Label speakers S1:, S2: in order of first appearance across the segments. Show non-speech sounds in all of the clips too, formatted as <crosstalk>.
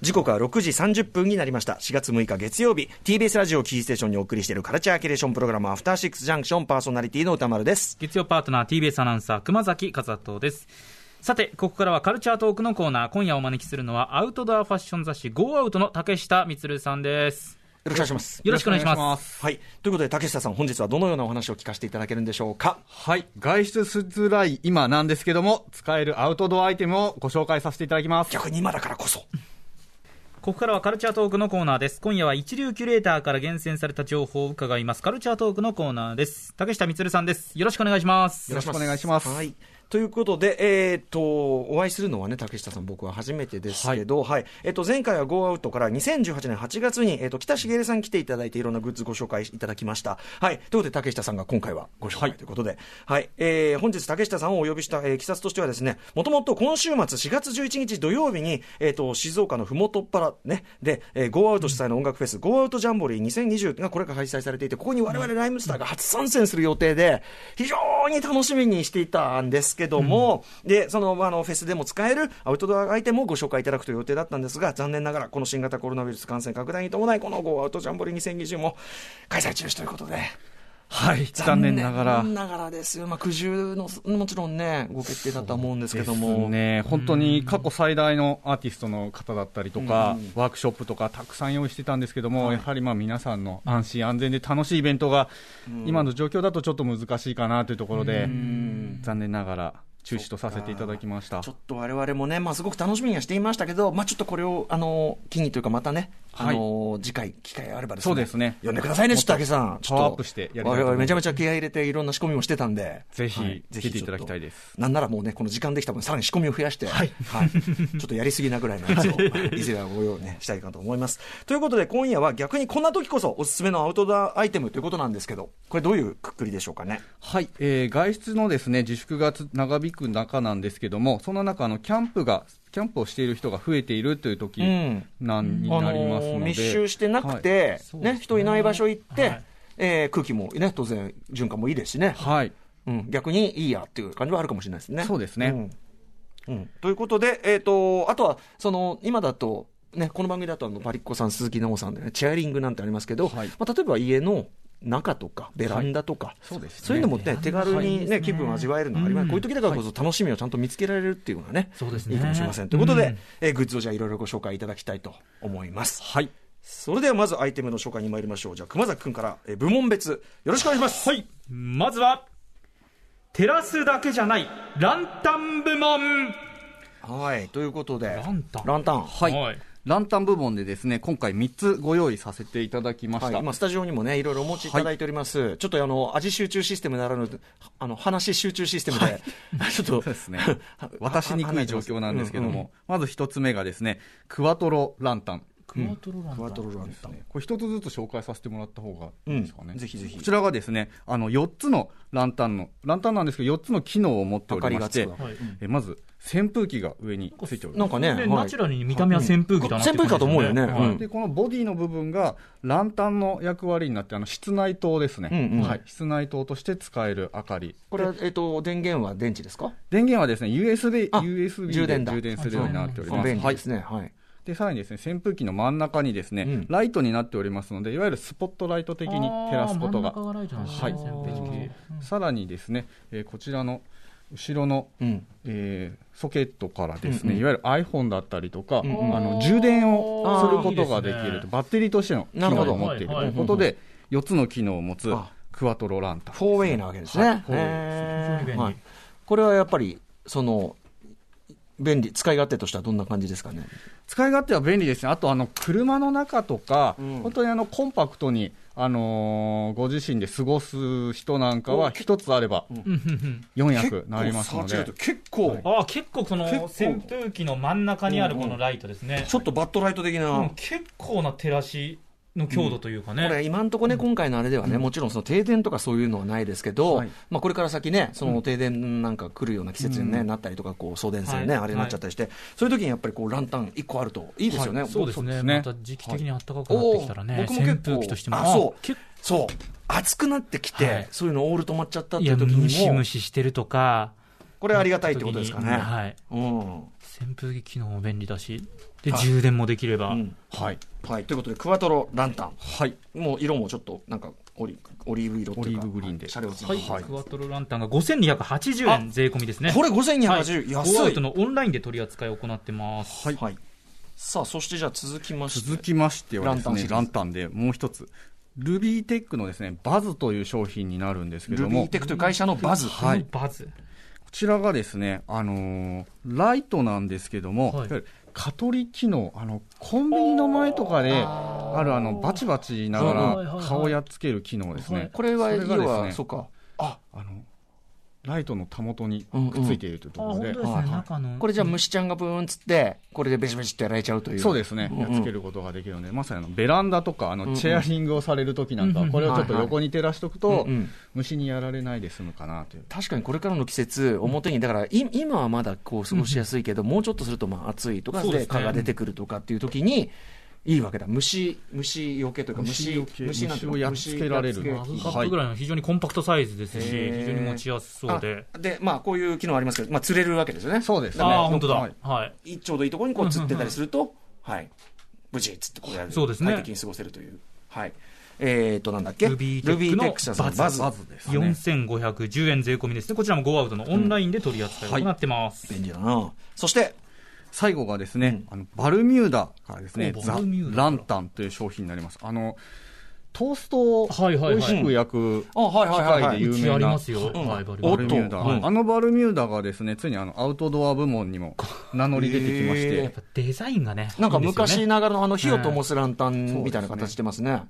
S1: 時刻は6時30分になりました4月6日月曜日 TBS ラジオキーステーションにお送りしているカルチャーキュレーションプログラムアフターシックスジャンクションパーソナリティの歌丸です
S2: 月曜パートナー TBS アナウンサー熊崎和人ですさてここからはカルチャートークのコーナー今夜お招きするのはアウトドアファッション雑誌 GO アウトの竹下充さんです
S1: よろしくお願いします
S2: よろしくお願いします
S1: はいということで竹下さん本日はどのようなお話を聞かせていただけるんでしょうか
S3: はい。外出しづらい今なんですけども、使えるアウトドアアイテムをご紹介させていただきます。
S1: 逆に今だからこそ
S2: ここからはカルチャートークのコーナーです今夜は一流キュレーターから厳選された情報を伺いますカルチャートークのコーナーです竹下充さんですよろしくお願いします
S3: よろしくお願いします
S1: はいということで、えー、とお会いするのはね竹下さん、僕は初めてですけど、はいえー、と前回は GO アウトから2018年8月に、えー、と北茂さん来ていただいていろんなグッズご紹介いただきました。はい、ということで竹下さんが今回はご紹介ということで、はいえー本日、竹下さんをお呼びした、えー、記としてはですねもともと今週末4月11日土曜日に、えー、と静岡のふもとっぱら、ね、で、えー、GO アウト主催の音楽フェス GO アウトジャンボリー2020がこれから開催されていてここに我々ライムスターが初参戦する予定で非常に楽しみにしていたんですけども、でその,、まあ、あのフェスでも使えるアウトドアアイテムをご紹介いただくという予定だったんですが残念ながらこの新型コロナウイルス感染拡大に伴いこの GO アウトジャンボリー2020も開催中止ということで。
S3: はい。残念ながら
S1: 残。念ながらですよ、まあ、苦渋の、もちろんね、ご決定だとは思うんですけど
S3: です
S1: も、
S3: ね、本当に過去最大のアーティストの方だったりとか、ワークショップとかたくさん用意してたんですけども、やはりまあ皆さんの安心安全で楽しいイベントが、今の状況だとちょっと難しいかなというところで、残念ながら中止とさせていただきました
S1: ちょ。っと我々もね、まあ、すごく楽しみにはしていましたけど、まあ、ちょっとこれを、あの、機にというか、またね、あの、次回、機会があればですね。
S3: そうですね
S1: 呼んでくださいね、ちょっと、竹さん。ちょっと
S3: パワーアップしてやりたいと思います
S1: 我々めちゃめちゃ気合い入れて、いろんな仕込みもしてたんで。
S3: ぜひ
S1: はい
S3: 来ていただきたいで
S1: ちょ
S3: す
S1: っとなんならもうね、この時間できた分、さらに仕込みを増やして、はい。ちょっとやりすぎなぐらいのや
S3: <laughs>
S1: つを、はいいずれはご用意ね、したいかと思います。ということで、今夜は逆にこんな時こそ、おすすめのアウトドアアイテムということなんですけど、これどういうくっくりでしょうかね。
S3: はい、えー外出のですね自粛がつ長引く中なんですけども、そんな中あのキャンプがキャンプをしている人が増えているという時
S1: うん
S3: なんにな
S1: あ
S3: りますので、
S1: のー密集してなくて、ね、人いない場所行って、えー空気も、ね、当然、循環もいいですしね、
S3: はい、はい、
S1: うん、逆にいいやっていう感じはあるかもしれないですね。
S3: そうですね
S1: んうんということで、えー、とあとはその今だと、ね、この番組だとあのパリッコさん、鈴木奈緒さんで、ね、チェアリングなんてありますけど、
S3: はい
S1: まあ、例えば家の中とかベランダとか、
S3: そうですね
S1: そういうのも、ね、手軽に、ね
S2: はい
S1: 気分を味わえるのがあります、こういう時だからこそ楽しみをちゃんと見つけられるっていうのはね、
S2: そうですね
S1: いいかもしれません。ということ
S2: う
S1: で
S2: ん、
S1: えーグッズをじゃあいろいろご紹介いただきたいと思います。
S3: はい、
S1: それではまずアイテムの紹介に参りましょう。じゃあ、熊崎くんから、えー部門別、よろしくお願いします。はい。
S2: まずはテラスだけじゃないランタン部門
S1: はい。ということで、
S2: ランタン
S1: ランタン。は
S3: はい
S2: はい
S3: ランタン部門でですね今回3つご用意させていただきました。
S1: い、今、スタジオにもね、いろいろお持ちいただいております。ちょっと、あの、味集中システムならぬ、あの、話集中システムで、 <laughs> ちょっと、
S3: そうですね渡しにくい状況なんですけども、
S1: うんうん
S3: まず1つ目がですねクワトロランタン
S2: クワトロラン
S1: クワトロランタン。
S3: これ一つずつ紹介させてもらった方がいいですかね、
S1: うんぜひぜひ
S3: こちらがですねあの4つのランタンのランタンなんですけど4つの機能を持っておりまして
S1: 明かりがつく
S2: はい
S3: えまず扇風機が上についており
S1: な
S3: ま
S1: ん
S3: す
S1: かね、はい
S2: ナチュラルに見た目は扇風機だなって
S1: 扇風機かと思うよね
S2: 感じです
S1: うん
S3: でこのボディの部分がランタンの役割になってあの室内灯ですね、
S1: うんうん
S3: はい、室内灯として使える明かり
S1: これ、えっと、電源は電池ですか
S3: 電源はですね USB,
S1: あ
S3: USB
S1: 充
S3: で
S1: 電だ
S3: 充電するようになっております
S1: 便利ですね。はい。
S3: でさらにですね扇風機の真ん中にですね、
S1: うん
S3: ライトになっておりますのでいわゆるスポットライト的に照らすことが
S2: あー真ん中がライトなんですね
S3: はい
S2: 扇風機
S3: さらにですね、えーこちらの後ろの、
S1: うん。
S3: えーソケットからです
S1: う
S3: ね、
S1: んうん
S3: いわゆる iPhone だったりとか、
S1: うんうん
S3: あの充電
S1: あ
S3: を
S1: ー
S3: することができ
S2: いいで
S3: る
S2: す
S3: と
S2: ね
S3: バッテリーとしての機
S1: なるほ
S3: 能
S1: ど
S3: を持っている
S2: は
S3: と
S2: いはいいう
S3: ことで4つの機能を持つ
S1: あ
S3: クワトロランタン
S1: フォーウェイなわけですね。
S3: はいフォーウ
S2: ェイですね
S1: へーはいこれはやっぱり、その、便利、使い勝手としてはどんな感じですかね。
S3: 使い勝手は便利ですね、あとあの車の中とか、
S1: うん
S3: 本当にあのコンパクトに、あのーご自身で過ごす人なんかは、一つあれば
S2: うんうんうん
S3: 4役なりますので、
S1: 結構、
S2: ああ結構この
S1: 結構
S2: 扇風機の真ん中にあるこのライトですね、
S1: ちょっとバットライト的な、
S2: うん結構な照らしの強度というかね、
S1: これ、今んとこね、今回のあれではね、もちろんその停電とかそういうのはないですけど、
S3: はい
S1: まあ、これから先ね、その停電なんか来るような季節に、ねなったりとか、こう送電線ね、
S2: はい
S1: あれになっちゃったりして、そういう時にやっぱりこうランタン1個あるといいですよね、
S2: そうですね
S3: そうですね
S2: また時期的に暖かくなってきたらね、
S1: おー僕も結
S2: 扇
S1: 構
S2: 風機としても
S1: あそう
S2: 結
S1: そう暑くなってきて、
S2: はい
S1: そういうのオール止まっちゃったって
S2: 構い
S1: いう
S2: や
S1: 時にも、
S2: ムシムシしてるとか
S1: これありがたいってことですかね。
S2: はい、
S1: うん
S2: 扇風機機能も便利だしで充電もできれば、
S1: うん
S3: はい。
S1: はい、ということで、クワトロランタン、
S3: はい。
S1: もう色もちょっとなんかオリオリーブ色っていうか、
S3: オリーブグリーンで
S1: シャレオツな
S2: はい
S1: はい
S2: クワトロランタンが5280円税込みですね
S1: こ
S2: れ
S1: れ5280、安い
S2: ゴーアウトのオンラインで取り扱いを行ってます
S1: はいさあ、そしてじゃあ続きまして、
S3: 続きましてはですね、
S1: ラ
S3: ラ
S1: ン
S3: ンタンでもう一つ、ルビーテックのですね、バズという商品になるんですけ
S1: ル
S3: ど
S1: ビ
S3: も、
S1: ーテックという会社のバズ、
S3: はい
S2: このバズ
S3: こちらがですね、あのーライトなんですけど
S2: は
S3: も、
S2: い
S3: いわゆる蚊取り機能、あの、コンビニの前とかで、あるあの、バチバチな
S2: はい
S3: が
S2: はいはい
S3: ら
S2: はい
S3: 顔をやっつける機能ですね。
S2: はい
S1: これは
S3: そ
S1: 要
S3: れがですね
S1: は、そうか、あ
S3: あの、ライトのたもとにくっついているという
S2: あ
S3: ところ
S2: 本当
S3: で、
S2: ですね、
S1: はいはい
S2: 中の
S1: これじゃあ虫ちゃんがブーンっつって、これでベシベシってやられちゃうという、
S3: そうですね、やっつけることができるので、まさにあのベランダとか、あのチェアリングをされるときなんか
S2: う
S3: は、
S2: ん
S3: これをちょっと横に照らしておくと
S1: うんうん、
S3: 虫にやられないで済むかなという、
S1: 確かにこれからの季節、表に、だからい今はまだこう過ごしやすいけど、もうちょっとするとまあ暑いとか
S2: そうですね
S1: で、蚊が出てくるとかっていう時に、いいわけだ、虫、虫よけというか、虫、
S3: 虫よけ
S1: なんていうの
S3: 虫をやっつけられる
S1: 虫やっ
S2: マ
S1: つけ
S2: グ
S1: 器
S2: カップぐらいの非常にコンパクトサイズです
S1: へ
S2: し、
S1: ー
S2: 非常に持ちやすそうで
S1: あで、まあ、こういう機能ありますけど、まあ、釣れるわけですよね。
S3: そうですね、
S2: ああー本当だ
S3: は
S2: はいい、
S1: いちょうどいいところにこう釣ってたりすると、はい、無事釣ってこうやる
S2: そうですね
S1: 快適に過ごせるという。はいえー、となんだっけ
S2: ルビーテックの
S1: ルビさんの
S2: バズ
S1: バズ
S3: バズですね。
S2: 4510円税込みですねこちらもゴーアウトのオンラインで取り扱いを行ってます、
S1: 便利だなそして
S3: 最後がですね、あのバルミューダからですね、
S2: お
S3: ザ
S2: バルミューダから
S3: ランタンという商品になります。あのトーストを
S2: はいはいはい
S3: 美味しく焼く
S1: あはいはいはいはい
S3: 機械で
S2: う
S3: 有
S2: ちあ
S3: 名
S2: りま
S3: な
S2: すよ、
S1: ん
S2: バイバ
S1: お
S2: ル
S3: バ
S1: っと
S3: ルミューダ、
S1: うん
S3: あのバルミューダがですねついにあのアウトドア部門にも名乗り出てきまし
S1: へ
S3: て
S2: やっ、ぱデザインがね
S1: なんか
S2: いいですよね
S1: 昔ながらのあの火を灯すランタンみたいな形してますね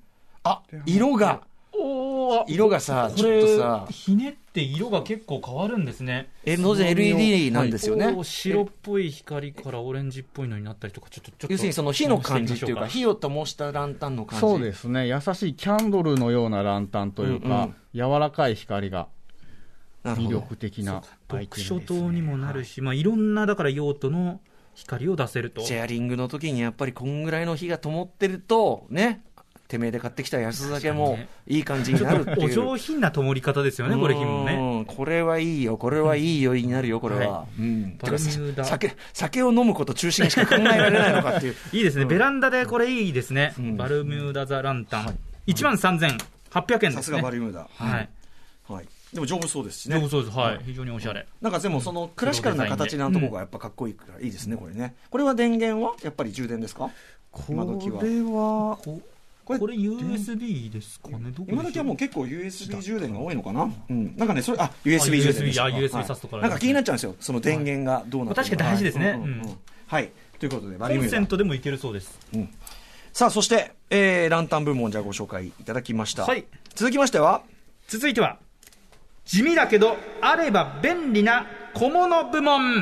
S1: あ色が
S2: おー
S1: 色がさ
S2: こ
S1: ちょっと
S2: れ
S1: さ
S2: ひねって色が結構変わるんですね
S1: え当然 LED なんですよね、
S2: おー白っぽい光からオレンジっぽいのになったりとかちょっとちょっと
S1: 要するにその火の感じっていうか
S2: 見せてみ
S1: 火
S2: ましょ
S1: を灯したランタンの感じ
S3: そうですね優しいキャンドルのようなランタンというか、柔らかい光が
S1: なるほ
S3: 魅
S1: ど
S3: 力的なアイテ
S2: 読書
S3: ムですね
S2: 灯にもなるし、まあ、いろんなだから用途の光を出せると
S1: シェアリングの時にやっぱりこんぐらいの火が灯ってるとねてめえで買ってきた安酒もいい感じになるっていう
S2: お上品な灯り方ですよねこれ火もね
S1: うんこれはいいよこれはいい酔いになるよこれは、
S2: は
S1: うん
S2: バルミュー
S1: て
S2: ダ
S1: かさ酒酒を飲むこと中心にしか考えられないのかっていう
S2: いいですね、ベランダでこれいいですね、
S1: ん
S2: バルミューダ・ザ・ランタン、1万3800円ですね
S1: リウムだ、
S2: はい、
S1: はい、でも丈夫そうですし
S2: 丈夫そうです、はい、非常におしゃれ
S1: なんかでもそのクラシカルな形なところがやっぱかっこいいからいいですねこれねこれは電源はやっぱり充電ですか今時は
S3: これは
S2: こ
S1: これ
S2: これ USB ですかねどこでしょ
S1: 今時はもう結構 USB 充電が多いのかな、うん、なんかねそれあ USB 充電で
S2: USB
S1: す
S2: あ
S1: はい
S2: USB 挿すところ
S1: な
S2: ありますね
S1: んか気になっちゃうんですよその電源がどうなってる
S2: 確かに大事ですね
S1: はいうんうんうん
S2: うん
S1: はいということでバ
S2: コ
S1: リミュ
S2: ン
S1: ーダ
S2: セントでもいけるそうです
S1: さあそして、えーランタン部門じゃあご紹介いただきました、
S2: はい
S1: 続きましては
S2: 続いては地味だけどあれば便利な小物部門
S3: はい、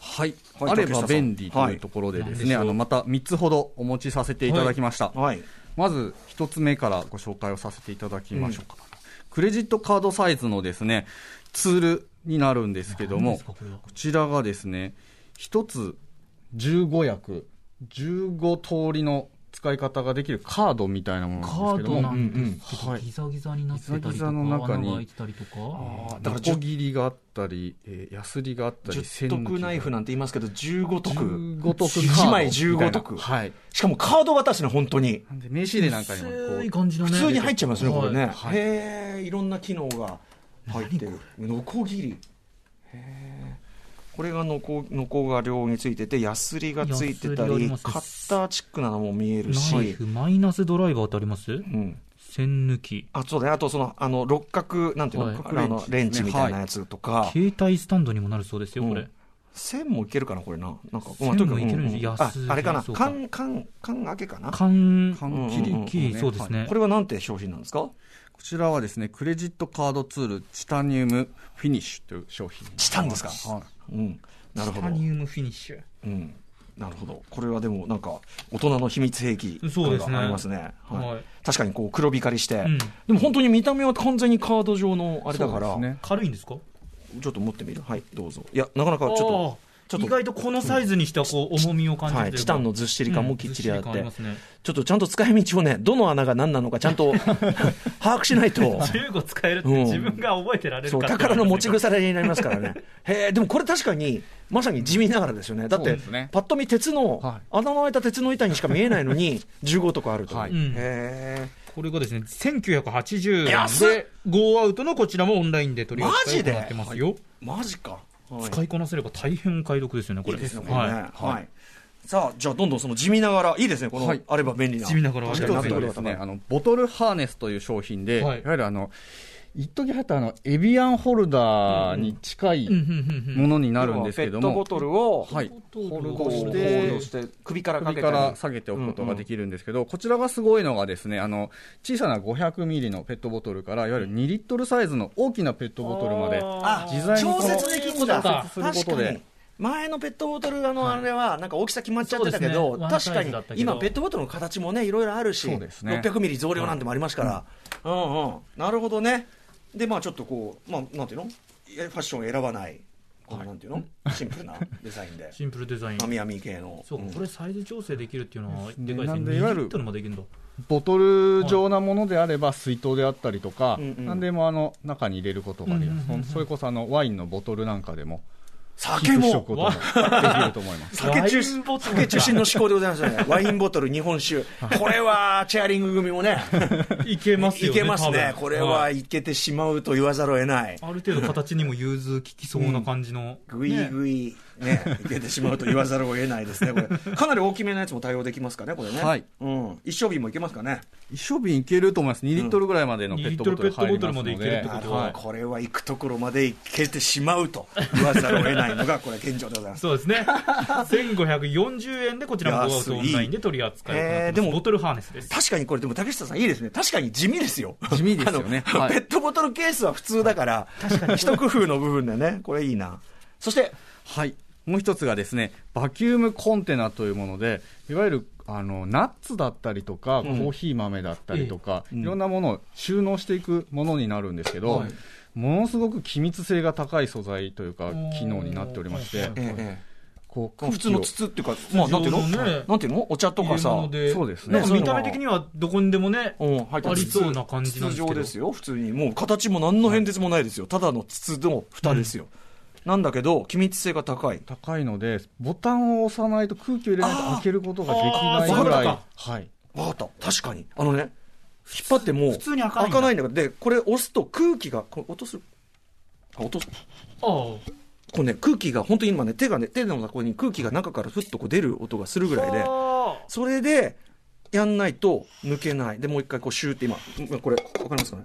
S1: はい
S3: あれば便利というところでですね、
S2: はい
S3: あのまた3つほどお持ちさせていただきました、
S1: はい
S3: まず1つ目からご紹介をさせていただきましょうか、クレジットカードサイズのですねツールになるんですけど
S2: 何で
S3: も
S2: すか
S3: こ
S2: これは
S3: ちらがですね1つ15役15通りの使い方ができるカードみたいなもの
S2: カ
S3: なん
S2: ー
S3: ですけ
S2: ド
S3: ども
S2: なんですけど、
S3: はい
S2: ギザギザになってたりとか
S3: ギザギザの中に
S2: 穴が開いてたりとか
S1: あーだから
S3: ノ
S1: じゅ
S3: コギリがあったり、えーヤスリがあったり
S1: 10得ナイフなんて言いますけど15得
S3: 15徳
S1: 1枚15得
S3: はい
S1: しかもカード渡しね本当に
S3: なんで名刺入れなんかにもこ
S2: 薄
S3: う
S2: い感じの
S1: 普
S2: ね
S1: 通に入っちゃいますね、これね、
S3: はい
S1: へえいろんな機能が入ってるノコギリへえこれがノコノコが両についててヤスリがついてた
S2: ヤスリあ
S1: り
S2: ります
S1: カッターチックなのも見える
S2: ナイ
S1: し
S2: フマイナスドライバーってあります
S1: うん
S2: 線抜き
S1: あそうだねあとそのあの六角なんていうの,、
S2: はい
S1: あのレンチみたいなやつとか、
S2: 携帯スタンドにもなるそうですよこれ、
S1: うん線もいけるかなこれななんか
S2: 線も
S1: とにかく
S2: いけるんです
S1: うんうん
S2: 安
S1: あ
S2: い
S1: あれかな
S2: そうか
S1: 缶缶缶開けかな
S2: 缶
S3: 缶
S1: うんうんうん
S3: 切り
S2: 切りそうですね
S3: はい
S1: これはなんて商品なんですか
S3: こちらはですねクレジットカードツールチタニウムフィニッシュという商品
S1: チタンですか
S3: はい
S1: うんなるほ
S2: チ
S1: ど
S2: タニウムフィニッシュ
S1: うんなるほどこれはでもなんか大人の秘密兵器
S2: そうです
S1: 感
S2: ね
S1: がありますねはい
S2: はい
S1: 確かにこう黒光りして、
S2: ん
S1: でも本当に見た目は完全にカード上のあれだか
S3: そう
S1: ら、
S3: ですね
S2: 軽いんですか
S1: ちょっと持ってみるはいどうぞいやなかなかちょっとち
S2: あ
S1: ょっ
S2: 意
S1: と
S2: 外とこのサイズにしてはこう重みを感じる
S1: はい、
S2: というか
S1: チタンのずっしり感もきっちりあって、
S2: うんずしり感ありますね
S1: ちょっとちゃんと使い道をね、どの穴が何なのか、ちゃんと把握しないと、
S2: 15使えるって
S1: うん
S2: 自分が覚えてられ
S1: そ
S2: る
S1: う
S2: か
S1: 宝の持ち
S2: ぐ
S1: 腐れになりますからね、へえ、でもこれ、確かに、まさに地味ながらですよね、だっ
S3: そう
S1: て
S3: です、ね
S1: パッと見、鉄の、
S3: はい
S1: 穴の開いた鉄の板にしか見えないのに、15とかあるという、
S3: はい
S2: うん
S1: へ
S2: これがですね1980円
S1: 安っ
S2: でゴーアウトのこちらもオンラインで取り扱い
S1: マジで
S2: 行ってますよ
S1: え、マジか、はい
S2: 使いこなせれば大変お買い得ですよねこ
S1: いい
S2: れ
S1: ですね、これね、
S2: は
S1: はいさあ、じゃあ、どんどんその地味ながら、いいですね、この、
S3: はい
S1: あれば便利
S2: い
S1: な。
S2: 地味ながら
S1: 確か
S3: 一つ
S1: に
S2: わかり
S1: 納
S2: ま
S1: 得で
S2: す
S3: はですす
S1: ね
S3: ね、あのボトルハーネスという商品で、
S2: はい
S3: い、わゆるあの一時流行ったあのエビアンホルダーに近い
S2: うんうんうんうん
S3: ものになるんですけ
S1: ペ
S3: ど
S1: ットボ
S3: も、
S1: トルを、
S3: はい、
S2: ホル
S1: こう
S2: ダー
S1: し
S2: を
S1: て
S2: こう
S1: して首からか
S3: 首
S1: け
S3: か
S1: た
S3: ら
S1: り
S3: 下げておくことができるんですけど、こちらがすごいのがですねあの小さな500ミリのペットボトルからいわゆる2リットルサイズの大きなペットボトルまで
S1: あ
S3: 自在にこ
S1: 調
S3: の
S1: 節できるんだ
S2: 調
S3: 節することで
S1: 確かに前のペットボトルあのあれはなんか大きさ決まっちゃってたけ
S2: そう
S1: ど、
S2: です
S1: 確か
S2: ねワンサイズだったけ
S1: に
S2: ど
S1: 今ペットボトルの形もねいろいろあるし、
S3: そうですね
S1: 600ミリ増量なんてもありますから、うんうんなるほどねでまあちょっとこうまあなんていうのえファッションを選ばないこのなんていうのシンプルなデザインで
S2: シンプルデザイン
S1: 網網系の
S2: そうか
S1: うん
S2: これサイズ調整できるっていうのは
S3: ね
S2: でかいです
S3: なん
S2: ね2
S3: でい
S2: リ
S3: わゆる
S2: ットルまでいけるんだ
S3: ボトル状なものであれば水筒であったりとか、
S1: うんうん
S3: 何でもあの中に入れることができます、そのそれこそあのワインのボトルなんかでも寄
S1: 酒
S3: 付しておく
S1: も
S3: こともできると思います
S1: 酒中
S2: ワイン
S1: 心
S2: ボトル
S1: 酒中心の思考でございますねワインボトル日本酒これはチェアリング組もね
S2: いけますよ
S1: いけますね
S2: 多分
S1: これはいけてしまうと言わざるを得ない
S2: ある程度形にも融通利きそうな感じの、
S1: ぐいぐいね、いけてしまうと言わざるを得ないですね、これ、かなり大きめのやつも対応できますかね、これね、
S3: はい
S1: うん、一生日もいけますかね、
S3: <laughs> 一生瓶いけると思います2リットルぐらいまでのペットボトル入りますの
S2: うん二リッ
S3: で
S2: トルペットボトルまでいけるって
S1: な
S2: こ
S1: る
S2: と
S1: ほ
S2: は
S1: ど
S3: はい
S1: これは行くところまでいけてしまうと言わざるを得ないの
S2: <laughs>
S1: が、これ、現状でございます。
S2: そうで
S1: <laughs>
S2: すね1540円でこちらもゴーアウトオンラインで取り扱いを行ってま
S1: 安
S2: す
S1: いえーでも
S2: ボトルハーネスです
S1: 確かにこれ、でも竹下さん、いいですね、確かに地味ですよ、
S3: 地味ですよね
S1: あの
S3: はい
S1: ペットボトルケースは普通だから、一工夫の部分でね、これいいな、そして、
S3: はいもう一つがですねバキュームコンテナというものでいわゆるあのナッツだったりとか、コーヒー豆だったりとか、いろんなものを収納していくものになるんですけど、
S2: はい
S3: ものすごく機密性が高い素材というか
S2: ー
S3: 機能になっておりまして
S2: はい
S3: こう
S1: 普通の
S3: 空気
S1: 筒
S3: を
S1: っていうか、まあ、なんていうの、
S2: 非常にね
S1: なんていうの、お茶とかさ
S2: 入れ。物で
S3: そうです
S1: ね
S2: なんか見た目的にはどこにでもね
S1: うん、入
S2: あ
S1: ってます
S2: りそうな感じなんですけど
S1: 筒状ですよ、普通に。もう形も何の変哲もないですよ。ただの筒の蓋ですよ。なんだけど、機密性が高い。
S3: 高いのでボタンを押さないと空気を入れないと開けることができ
S2: あー
S3: ない
S2: あーそ
S3: ぐ
S2: ういう
S3: ら
S2: こ
S3: い
S2: と、
S3: はい、
S1: わかった。確かに。あのね、引っ張っても、
S2: 普通に開かな
S1: 開
S2: いんだ
S1: かないんだけど、で、これ押すと空気が、これ音する。あ、音する。
S2: ああ
S1: こうね、空気が、本当に今ね、手がね、手の中に空気が中からふっとこう出る音がするぐらいで、
S2: あ
S1: それで、やんないと抜けない。で、もう一回こうシューって今、今これ、わかりますかね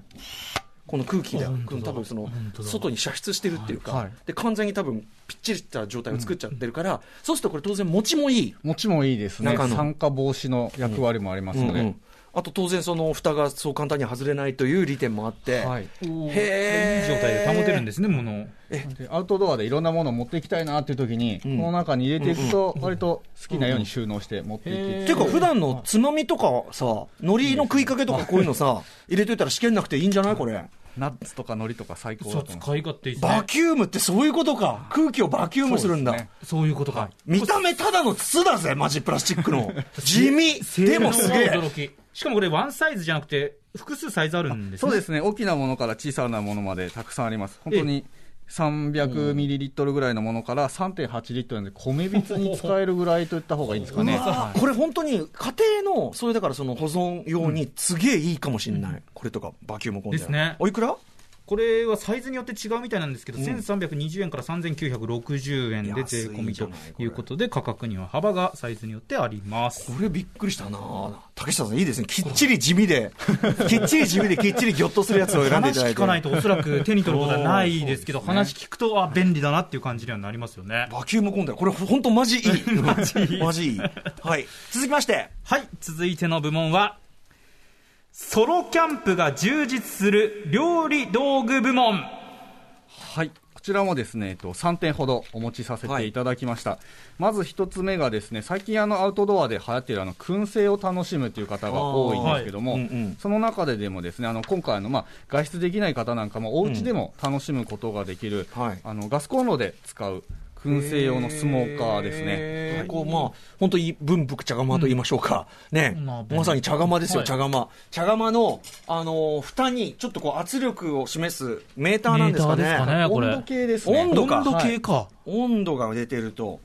S1: この空気で、
S2: あ
S1: 多
S2: 本当だ
S1: 分その
S2: 本当、だ
S1: 外に射出してるっていうか、
S3: はいはい
S1: で、完全に多分、ぴっちりした状態を作っちゃってるから、そうするとこれ当然持ちもいい。
S3: もちもいいですね
S1: 中の
S3: 酸化防止の役割もありますので、
S1: うんうんあと当然その蓋がそう簡単に外れないという利点もあって、
S3: はい、
S2: いい状態
S1: へー
S2: で保てるんですねものを
S3: でアウトドアでいろんなものを持っていきたいなっていう時に、
S1: ん
S3: この中に入れていくと割と好きなように収納して持っていき、
S2: へー
S1: ていうか普段のつまみとかさ、海苔の食いかけとかこういうのさ、入れといたら試験なくていいんじゃないこれ。
S3: ナッツとか海苔とか最高
S2: そ
S3: だ
S2: う
S3: と思
S2: 使い勝手いいです
S1: バ
S2: ね
S1: キュームってそういうことか。空気をバキュームするんだ。
S3: そうですね
S2: そういうことか
S1: 見た目ただの筒だぜ、マジプラスチックの。地味。でもすげ
S2: 性能は
S1: え。
S2: 驚きしかもこれワンサイズじゃなくて複数サイズあるんです
S3: そう
S2: ね
S3: ですね大きなものから小さなものまでたくさんあります本当に300ミリリットルぐらいのものから3.8リットルなんで米びつに使えるぐらいといった方がいいんですかね
S1: うわーこれ本当に家庭の、そういうだからその保存用にすげえいいかもしれない。これとか、バキュームコンテナ。
S2: ですね
S1: おいくら
S2: これはサイズによって違うみたいなんですけど、1320円から3960円で税込
S1: 安い
S2: み
S1: じゃ
S2: と
S1: ない
S2: いうことで、価格には幅がサイズによってあります
S1: こ。れびっくりしたな竹下さんいいですね。きっちり地味で、きっちり地味できっちりぎょっとするやつを選んでい
S2: <laughs> 話
S1: ただい
S2: 聞
S1: て。
S2: かないとおそらく手に取ることはないですけど、話聞くと、あ、便利だなっていう感じにはなりますよね。
S1: バキュームコンテナ。これ本当マジいい。マジいい。マジいい。はい。続きまして。
S2: はい、続いての部門は、ソロキャンプが充実する料理道具部門。
S3: はい、こちらもですね、えっと、3点ほどお持ちさせていただきました、まず1つ目がですね最近あのアウトドアで流行っているあの燻製を楽しむという方が多いんですけども、
S1: はいうんうん
S3: その中ででもですねあの今回あの、まあ、外出できない方なんかもお家でも楽しむことができる、
S1: はい
S3: あのガスコンロで使う燻燻製用のスモーカーです
S1: えー
S3: ね。
S1: こうまあ、本当に文福茶釜と言いましょうか、ね、
S2: まあ
S1: まさに茶釜ですよ、
S2: はい
S1: 茶釜、茶釜の、あのー蓋にちょっとこう圧力を示すメーターなんですかね、
S2: メーターですかねこれ
S3: 温度計ですね。
S1: 温度か
S2: 温度計か、
S1: 温度が出てると。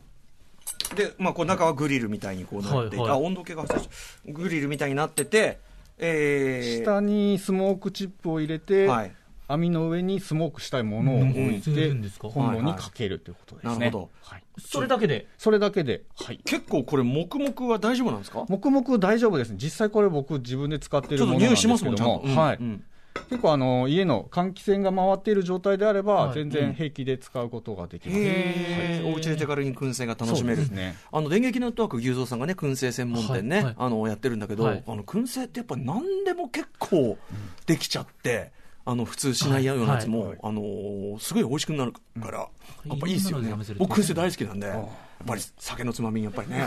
S1: で、まあ、こう中はグリルみたいにこうなっていて、
S2: はいはい
S1: あ温度計が発生しグリルみたいになってて、えー
S3: 下にスモークチップを入れて、
S1: はい、
S3: 網の上にスモークしたいものを
S2: うん
S3: 置い
S2: 入れ
S3: て
S2: るんですか、
S3: コンロにかけるということです
S1: なる
S3: ね。
S1: ほど
S3: はい
S2: それだけで
S3: それだけで、はい。
S1: 結構これ、黙々は大丈夫なんですか
S3: 黙々大丈夫です。実際これ僕自分で使ってい
S1: ちょ
S3: る
S1: っと
S3: ものなん
S1: 匂
S3: で
S1: いし
S3: す
S1: ます
S3: け
S1: もん、
S3: ど
S1: ちゃんとう
S3: も、。
S1: ん
S3: はい。
S1: うん
S3: 結構あの家の換気扇が回っている状態であれば、
S2: はい
S3: 全然平気で使うことができます。
S1: へーお家で手軽に燻製が楽しめる
S3: そうですね
S1: あの電撃ネットワーク牛蔵さんがね燻製専門店ね、
S2: はいはい
S1: あのやってるんだけど、
S2: はい
S1: あの燻製ってやっぱ何でも結構できちゃって。あの普通しないようなやつも、
S2: はいはい
S1: あのーすごい美味しくなるから、
S2: うん
S1: やっぱいいですよ
S2: いろ
S1: ね
S2: んなのでやめせる、と
S1: 僕、燻製大好きなんで、やっぱり酒のつまみにやっぱり
S2: <laughs>
S1: ね、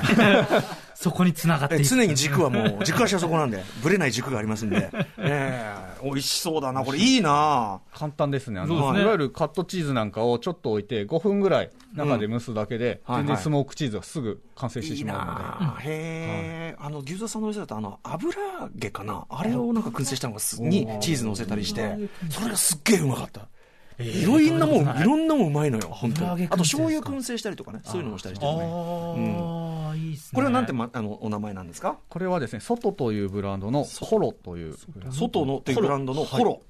S2: そこにつながってい
S1: え
S2: く
S1: 常に軸はもう、軸足はそこなんで、ぶれない軸がありますん
S2: <laughs>
S1: で、ええ美味しそうだな、これ、いいな、
S3: 簡単ですねあの
S2: そうですね
S3: いわゆるカットチーズなんかをちょっと置いて、5分ぐらい中で蒸すだけで、
S1: うんはいはい
S3: 全然スモークチーズがすぐ完成して
S1: いい
S3: しまう
S1: なあへえ、あの牛座さんのお店だとあの油揚げかなあれをなんか燻製したのがすにチーズ乗せたりしてそれがすっげえうまかったいろんなもんいろんなもんうまいのよ本当
S2: 油揚げ
S1: あ
S2: 燻
S1: と
S2: 製
S1: 醤油燻製したりとかねそういうのもしたりしてるね
S2: ああ、いいですね
S1: これはなんて、ま、あのお名前なんですか
S3: これはですね、ソトというブランドのコロというブランド
S1: 外のというブランドのホロ、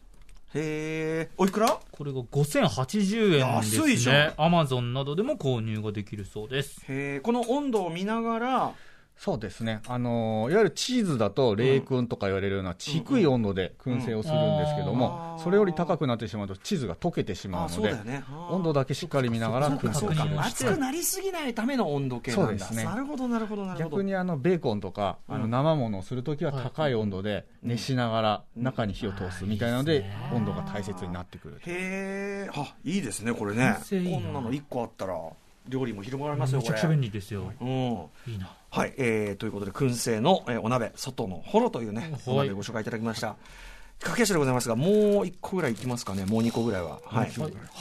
S1: へえおいくら
S2: これが5080円ですね
S1: 安いじゃん
S2: アマゾンなどでも購入ができるそうです
S1: へえこの温度を見ながら
S3: そうですね、あのーいわゆるチーズだと冷燻とか言われるような低い温度で燻製をするんですけど
S1: うんうん
S3: も、
S1: うん
S3: それより高くなってしまうとチーズが溶けてしま
S1: あ
S3: う
S1: そ
S3: の
S1: うだ
S3: で
S1: よ、ねあー
S3: 温度だけしっかり見ながら
S2: そっ
S3: 燻
S2: か
S3: 製
S2: そ
S3: を
S2: っか
S3: する
S1: 熱くなりすぎないための温度計な
S3: そ
S1: ん
S3: う
S1: だ、
S3: ですね
S1: なるほどなるほどなるほど
S3: 逆にあのベーコンとか、あの生ものをするときは高い温度で熱しながら中に火を通すみたいなので、温度が大切になってくる。
S1: へえ、あいいですね、これね。
S2: 全然いい
S1: こ
S2: なん
S1: なの1個あったら、料理も広まりますよ、こ
S2: めちゃ
S1: れ。
S2: くちゃ便利ですよ
S1: うん
S2: いいな
S1: はいえーということで、燻製の、えーお鍋、外のホロというね、
S2: はい
S1: お鍋ご紹介いただきました。駆け足でございますが、もう1個ぐらいいきますかね、もう2個ぐらいは。はい、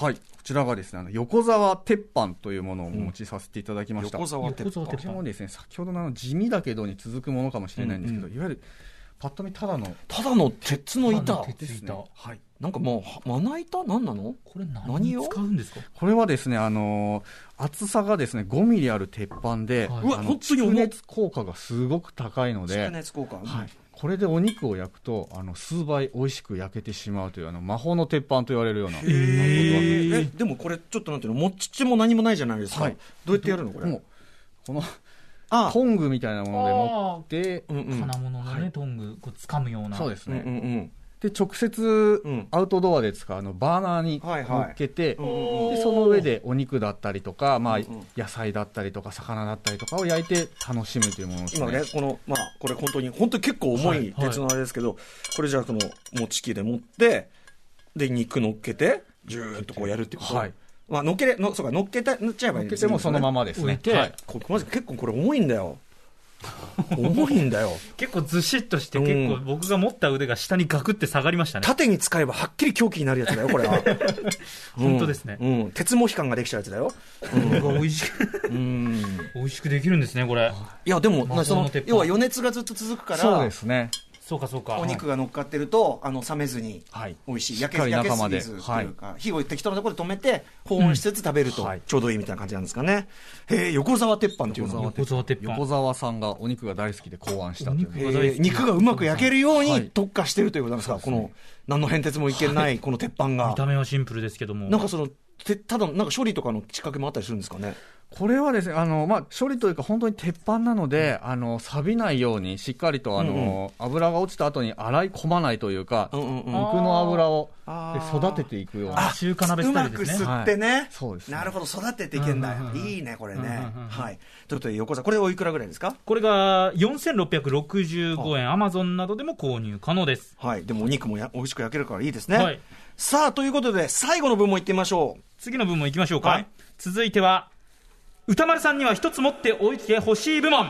S3: はい、こちらがですね、あの横沢鉄板というものをお持ちさせていただきました。
S1: 横沢鉄
S2: 横
S1: 板
S2: 澤鉄
S3: これもですね、先ほどのあの地味だけどに続くものかもしれないんですけど、いわゆるパッと見ただの
S1: ただの鉄の
S2: ただ
S1: 板
S2: の。鉄
S3: ですね
S2: 板。
S3: はい。
S1: なんかもう、はまな板なんなの
S2: これ何
S1: 何を
S2: に使うんですか
S3: これはですね、あのー厚さがですね、5ミリある鉄板で、
S2: は
S3: あ
S2: い
S3: の
S1: うわ本当に重い
S3: 蓄熱効果がすごく高いので
S1: 蓄、熱効果。
S3: はい、これでお肉を焼くとあの数倍美味しく焼けてしまうというあの魔法の鉄板と言われるような
S1: へーえ、でもこれ、ちょっとなんていうの、もっちっちも何もないじゃないですか。
S3: はい
S1: どうやってやるの、これ。
S3: もうこの
S1: あ
S3: トングみたいなもので持って
S1: うんうん。
S2: 金物のねトングこう掴むような
S3: そうです
S1: うんう
S3: ね、
S1: んうん。
S3: で直接
S1: うん
S3: アウトドアで使うあのバーナーに
S1: はいはい
S3: 乗っけて、
S1: うんうんうん
S3: でその上でお肉だったりとか、まあ
S1: うんうん
S3: 野菜だったりとか魚だったりとかを焼いて楽しむというものですね
S1: 今ね、この、まあ、これ本当に、本当に結構重い鉄のあれですけど、これじゃあ、この持ち器で持って、で、肉乗っけて、ジューっとこうやるってこと。
S3: はい
S1: まあ、乗っけれ、のそうか、乗っけた、乗っちゃえばいい
S3: 乗っけてもそのま
S1: ま。
S3: まです
S2: 置い
S3: ね
S2: て
S3: はい
S1: これマジで結構これ重いんだ
S3: <laughs>
S1: よ。重いんだよ。
S2: 結構ずしっとして
S1: うん
S2: 結構僕が持った腕が下にガクって下がりましたね
S1: 縦に使えばはっきり凶器になるやつだよ、これ
S3: <laughs>
S1: は。うん
S2: 本当ですね
S1: うん。鉄模擬感ができちゃうやつだよ。
S2: うわ美味しく
S1: うん。
S2: <laughs> 美味しくできるんですねこれ
S1: いや、でも、
S2: 魔
S1: そ
S2: 法の
S1: の
S2: 鉄、板
S1: 要は余熱がずっと続くから、
S3: そうですね
S2: そうかそうか
S1: お肉が乗っかってると、あの、冷めずに。
S3: はい
S1: 美味しい
S3: しっ
S1: 焼
S3: か
S1: け
S3: り
S1: 焼け
S3: 中
S1: す
S3: ま
S1: ぎ
S3: で
S1: ずというか、火を適当なところで止めて保温しつつ食べると、
S3: うんはい
S1: ちょうどいいみたいな感じなんですかね、へえ横沢鉄板っていうのも
S3: 横沢
S2: 横沢鉄板
S3: 横澤さんがお肉が大好きで考案したという
S2: お沢
S1: えー肉がうまく焼けるよう
S3: は
S1: に
S3: い
S1: 特化してるということなんですか、この何の変哲もいけないこの鉄板が、
S2: 見た目はシンプルですけども
S1: なんかそのてただなんか処理とかの仕掛けもあったりするんですかね
S3: これはですね、あの、まあ、処理というか、本当に鉄板なので、あの、錆びないように、しっかりと、あの、
S1: うん
S3: 油が落ちた後に洗い込まないというか、
S1: うんうんうん
S3: 肉の油を
S1: あー
S3: で育てていくような。
S2: 中華鍋ス
S1: う
S2: タ
S1: ま
S2: イル
S1: く
S2: ですね
S1: 吸ってね、
S3: いそうですね
S1: なるほど育てていけんだよ、
S2: うんうんうんうん
S1: いいねこれね、
S2: うんうんうん
S1: はいということで横澤これおいくらぐらいですか
S2: これが4665円アマゾンなどでも購入可能です
S1: はいでもお肉もや美味しく焼けるからいいですね、
S2: はい
S1: さあということで最後の分もいってみましょう
S2: 次の部門いきましょうか、
S1: はい
S2: 続いては歌丸さんには一つ持っておいてほしい部門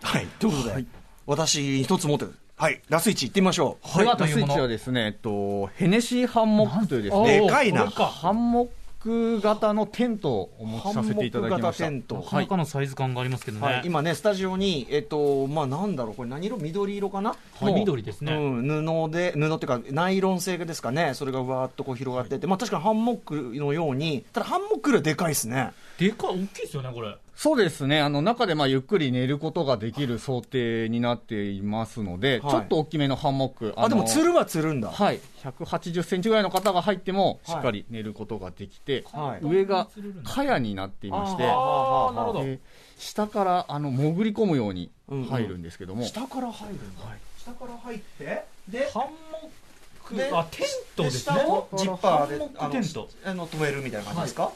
S1: はい、ということで、私、一つ持ってる、はい、ラスイチ行ってみましょう。
S2: これはと
S3: ラ
S2: いう
S3: スイ
S2: も
S3: ッチは
S2: の
S3: ですね、えっと、ヘネシーハンモックというです
S1: なん
S3: ね、
S1: でかいな
S2: これか
S3: ハンモッ服型のテントをお持ちさせていただきました。
S1: ハンモック型テント
S2: なかなかのサイズ感がありますけどね、
S1: はい、今ね、スタジオに、えっと、まあ、なんだろう、これ何色緑色かな、
S2: はい
S1: の
S2: 緑ですね
S1: うん、布で、布っていうか、ナイロン製ですかね、それがわーっとこう広がってて、まあ、確かにハンモックのように、ただハンモックよりはでかいですね。
S2: でかい大きいですよねこれ
S3: そうですね。あの、中でまあ、ゆっくり寝ることができる想定になっていますので、
S1: はい
S3: ちょっと大きめのハンモック。
S1: あ、でも、つ
S3: つる
S1: るはつるんだ。
S3: はい。180センチぐらいの方が入っても、し
S1: はい
S3: っかり寝ることができて、
S1: はい
S3: 上が、かやになっていまして、
S1: あ
S2: ああ
S1: ー
S2: なるほど、
S3: で下から、あの、潜り込むように
S1: うんうん
S3: 入るんですけども、
S1: 下から入るんだ。下から入って、で、
S2: ハンモッ
S1: で
S2: クあテントですね
S1: 下をジッパーで
S2: ハンモッ
S1: あ
S2: ク
S1: の
S2: テント
S1: あの止めるみたいな感じですか、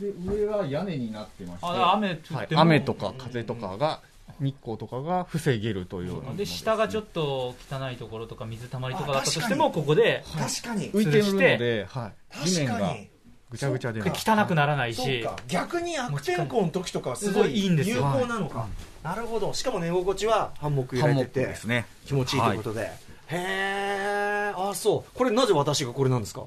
S3: で上は屋根になってまして、
S2: あ雨降っても
S3: はい雨とか風とかが、日光とかが防げるというようなもの
S2: で
S3: ですね
S2: 下がちょっと汚いところとか水たまりとかだったとして
S1: あ
S2: もここで
S1: 確かに
S3: 浮いてるの
S2: 吊
S3: で、はい、
S1: 確
S3: 地面
S1: か
S3: が
S1: に
S3: ぐちゃぐちゃで
S1: そっか
S2: 汚くならない
S1: そう
S2: し
S1: か逆に悪天候の時とかはすごい
S2: いいんです
S1: 有
S2: よ
S1: 効なのか、なるほどしかも寝心地はハンモック揺れてて
S3: ね
S1: 気持ちいいということで、へえあそうこれなぜ私がこれなんですか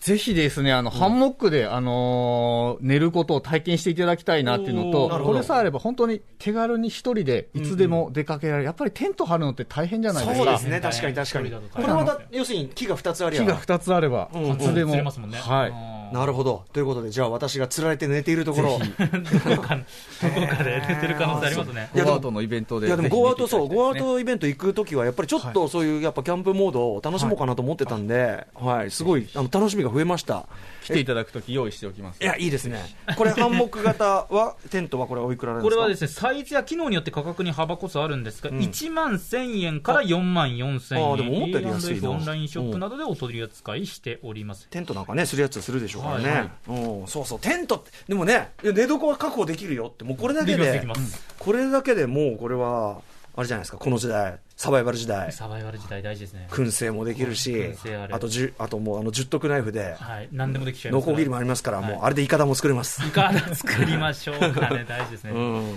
S3: ぜひですねあの、ハンモックで、あのー寝ることを体験していただきたいなっていうの
S2: おーな
S1: る
S3: と
S1: ほ
S3: こ
S1: ど
S3: れさえあれば本当に手軽に一人でいつでも出かけられる、やっぱりテント張るのって大変じゃないです
S1: そ
S3: か
S1: うですね
S2: 大
S1: 確か
S2: 変
S1: に確かに
S2: 一人だと
S1: これはだ要するに木が2つありゃ
S3: 木が2つあれば、
S1: うん
S3: いつでも
S2: 釣れますもんね
S3: はい、
S2: い
S1: なるほどということでじゃあ私がつられて寝ているところ
S2: どこかどこかで寝てる可能性ありますね
S1: いやでも
S3: ウトのイベント
S1: いやでも
S3: ぜひ
S1: ゴーア
S3: 見
S1: ウ
S3: てい
S1: ト
S3: た
S1: そ
S3: だ
S1: う
S3: きたいですね
S1: ゴーアウトイベント行くときはやっぱりちょっとそういうやっぱキャンプモードを楽しもうかなと思ってたんで、はい、すごいあの楽しみが増えました。
S3: 来ていただくとき用意しておきます
S1: いやいいですね。これハンモック型はテントはこれおいくらなんで
S2: こ
S1: す
S2: れ
S1: か。
S2: はですねサイズや機能によって価格に幅こそあるんですが、
S1: うん
S2: 1万1000円から4万4000円
S1: あーでも思ったより安いな
S2: A&F オンラインショップなどでお取り扱いしております
S1: テントなんかねするやつはするでしょうからね。
S2: はい
S1: うんそうそうテントってでもねいや寝床は確保できるよってもうこれだけ
S2: でき
S1: で
S2: ますできます、
S1: これだけでもうこれはあれじゃないですかこの時代サバイバル時代
S2: サバイバル時代大事ですね
S1: 燻製もできるし
S2: 燻製ある
S1: あとじゅあともうあの十徳ナイフで
S2: はい何でもできちゃいま
S1: ノ
S2: す
S1: コギリもありますから、
S2: はい
S1: もうあれでイカダも作れます。
S2: いかが作りましょうかね大事ですね、
S1: うん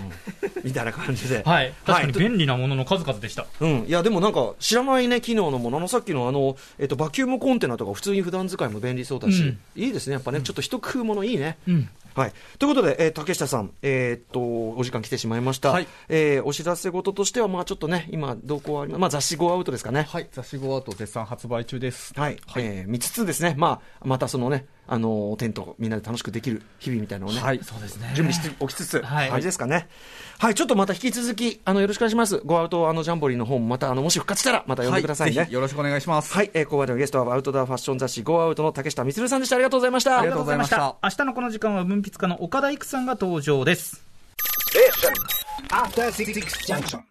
S1: みたいな感じで。
S2: はい確かに便利なものの数々でした、
S1: うん、いやでもなんか知らないね機能のもののさっきのあの、えっと、バキュームコンテナとか普通に普段使いも便利そうだし、
S2: うん
S1: いいですねやっぱね、ちょっと一工夫ものいいね、
S2: うん
S1: はい、ということで、えー竹下さん、えーっとお時間来てしまいました、
S3: はい
S1: えーお知らせ事としてはまあちょっとね今動向はありま、まあ、雑誌「ゴーアウト」ですかね
S3: はい雑誌ゴーアウト絶賛発売中です
S1: はい、えー見つつですね、まあ、またそのねあのテントみんなで楽しくできる日々みたいなのをね、
S3: はい
S2: そうですね
S1: 準備しておきつつ、
S2: はい
S1: 感じですかね。はい、ちょっとまた引き続き、あの、よろしくお願いします。ごアウトあのジャンボリーの方もまた、あの、もし復活したら、また呼んでくださいね。
S3: は
S1: はい
S3: ぜひ、よろしくお願いします、
S1: えーここまでのゲストはアウトドアファッション雑誌、ゴーアウトの竹下充さんでした。ありがとうございました。
S3: ありがとうございました
S2: 明日のこの時間は文筆家の岡田育さんが登場です
S4: After Six Junction.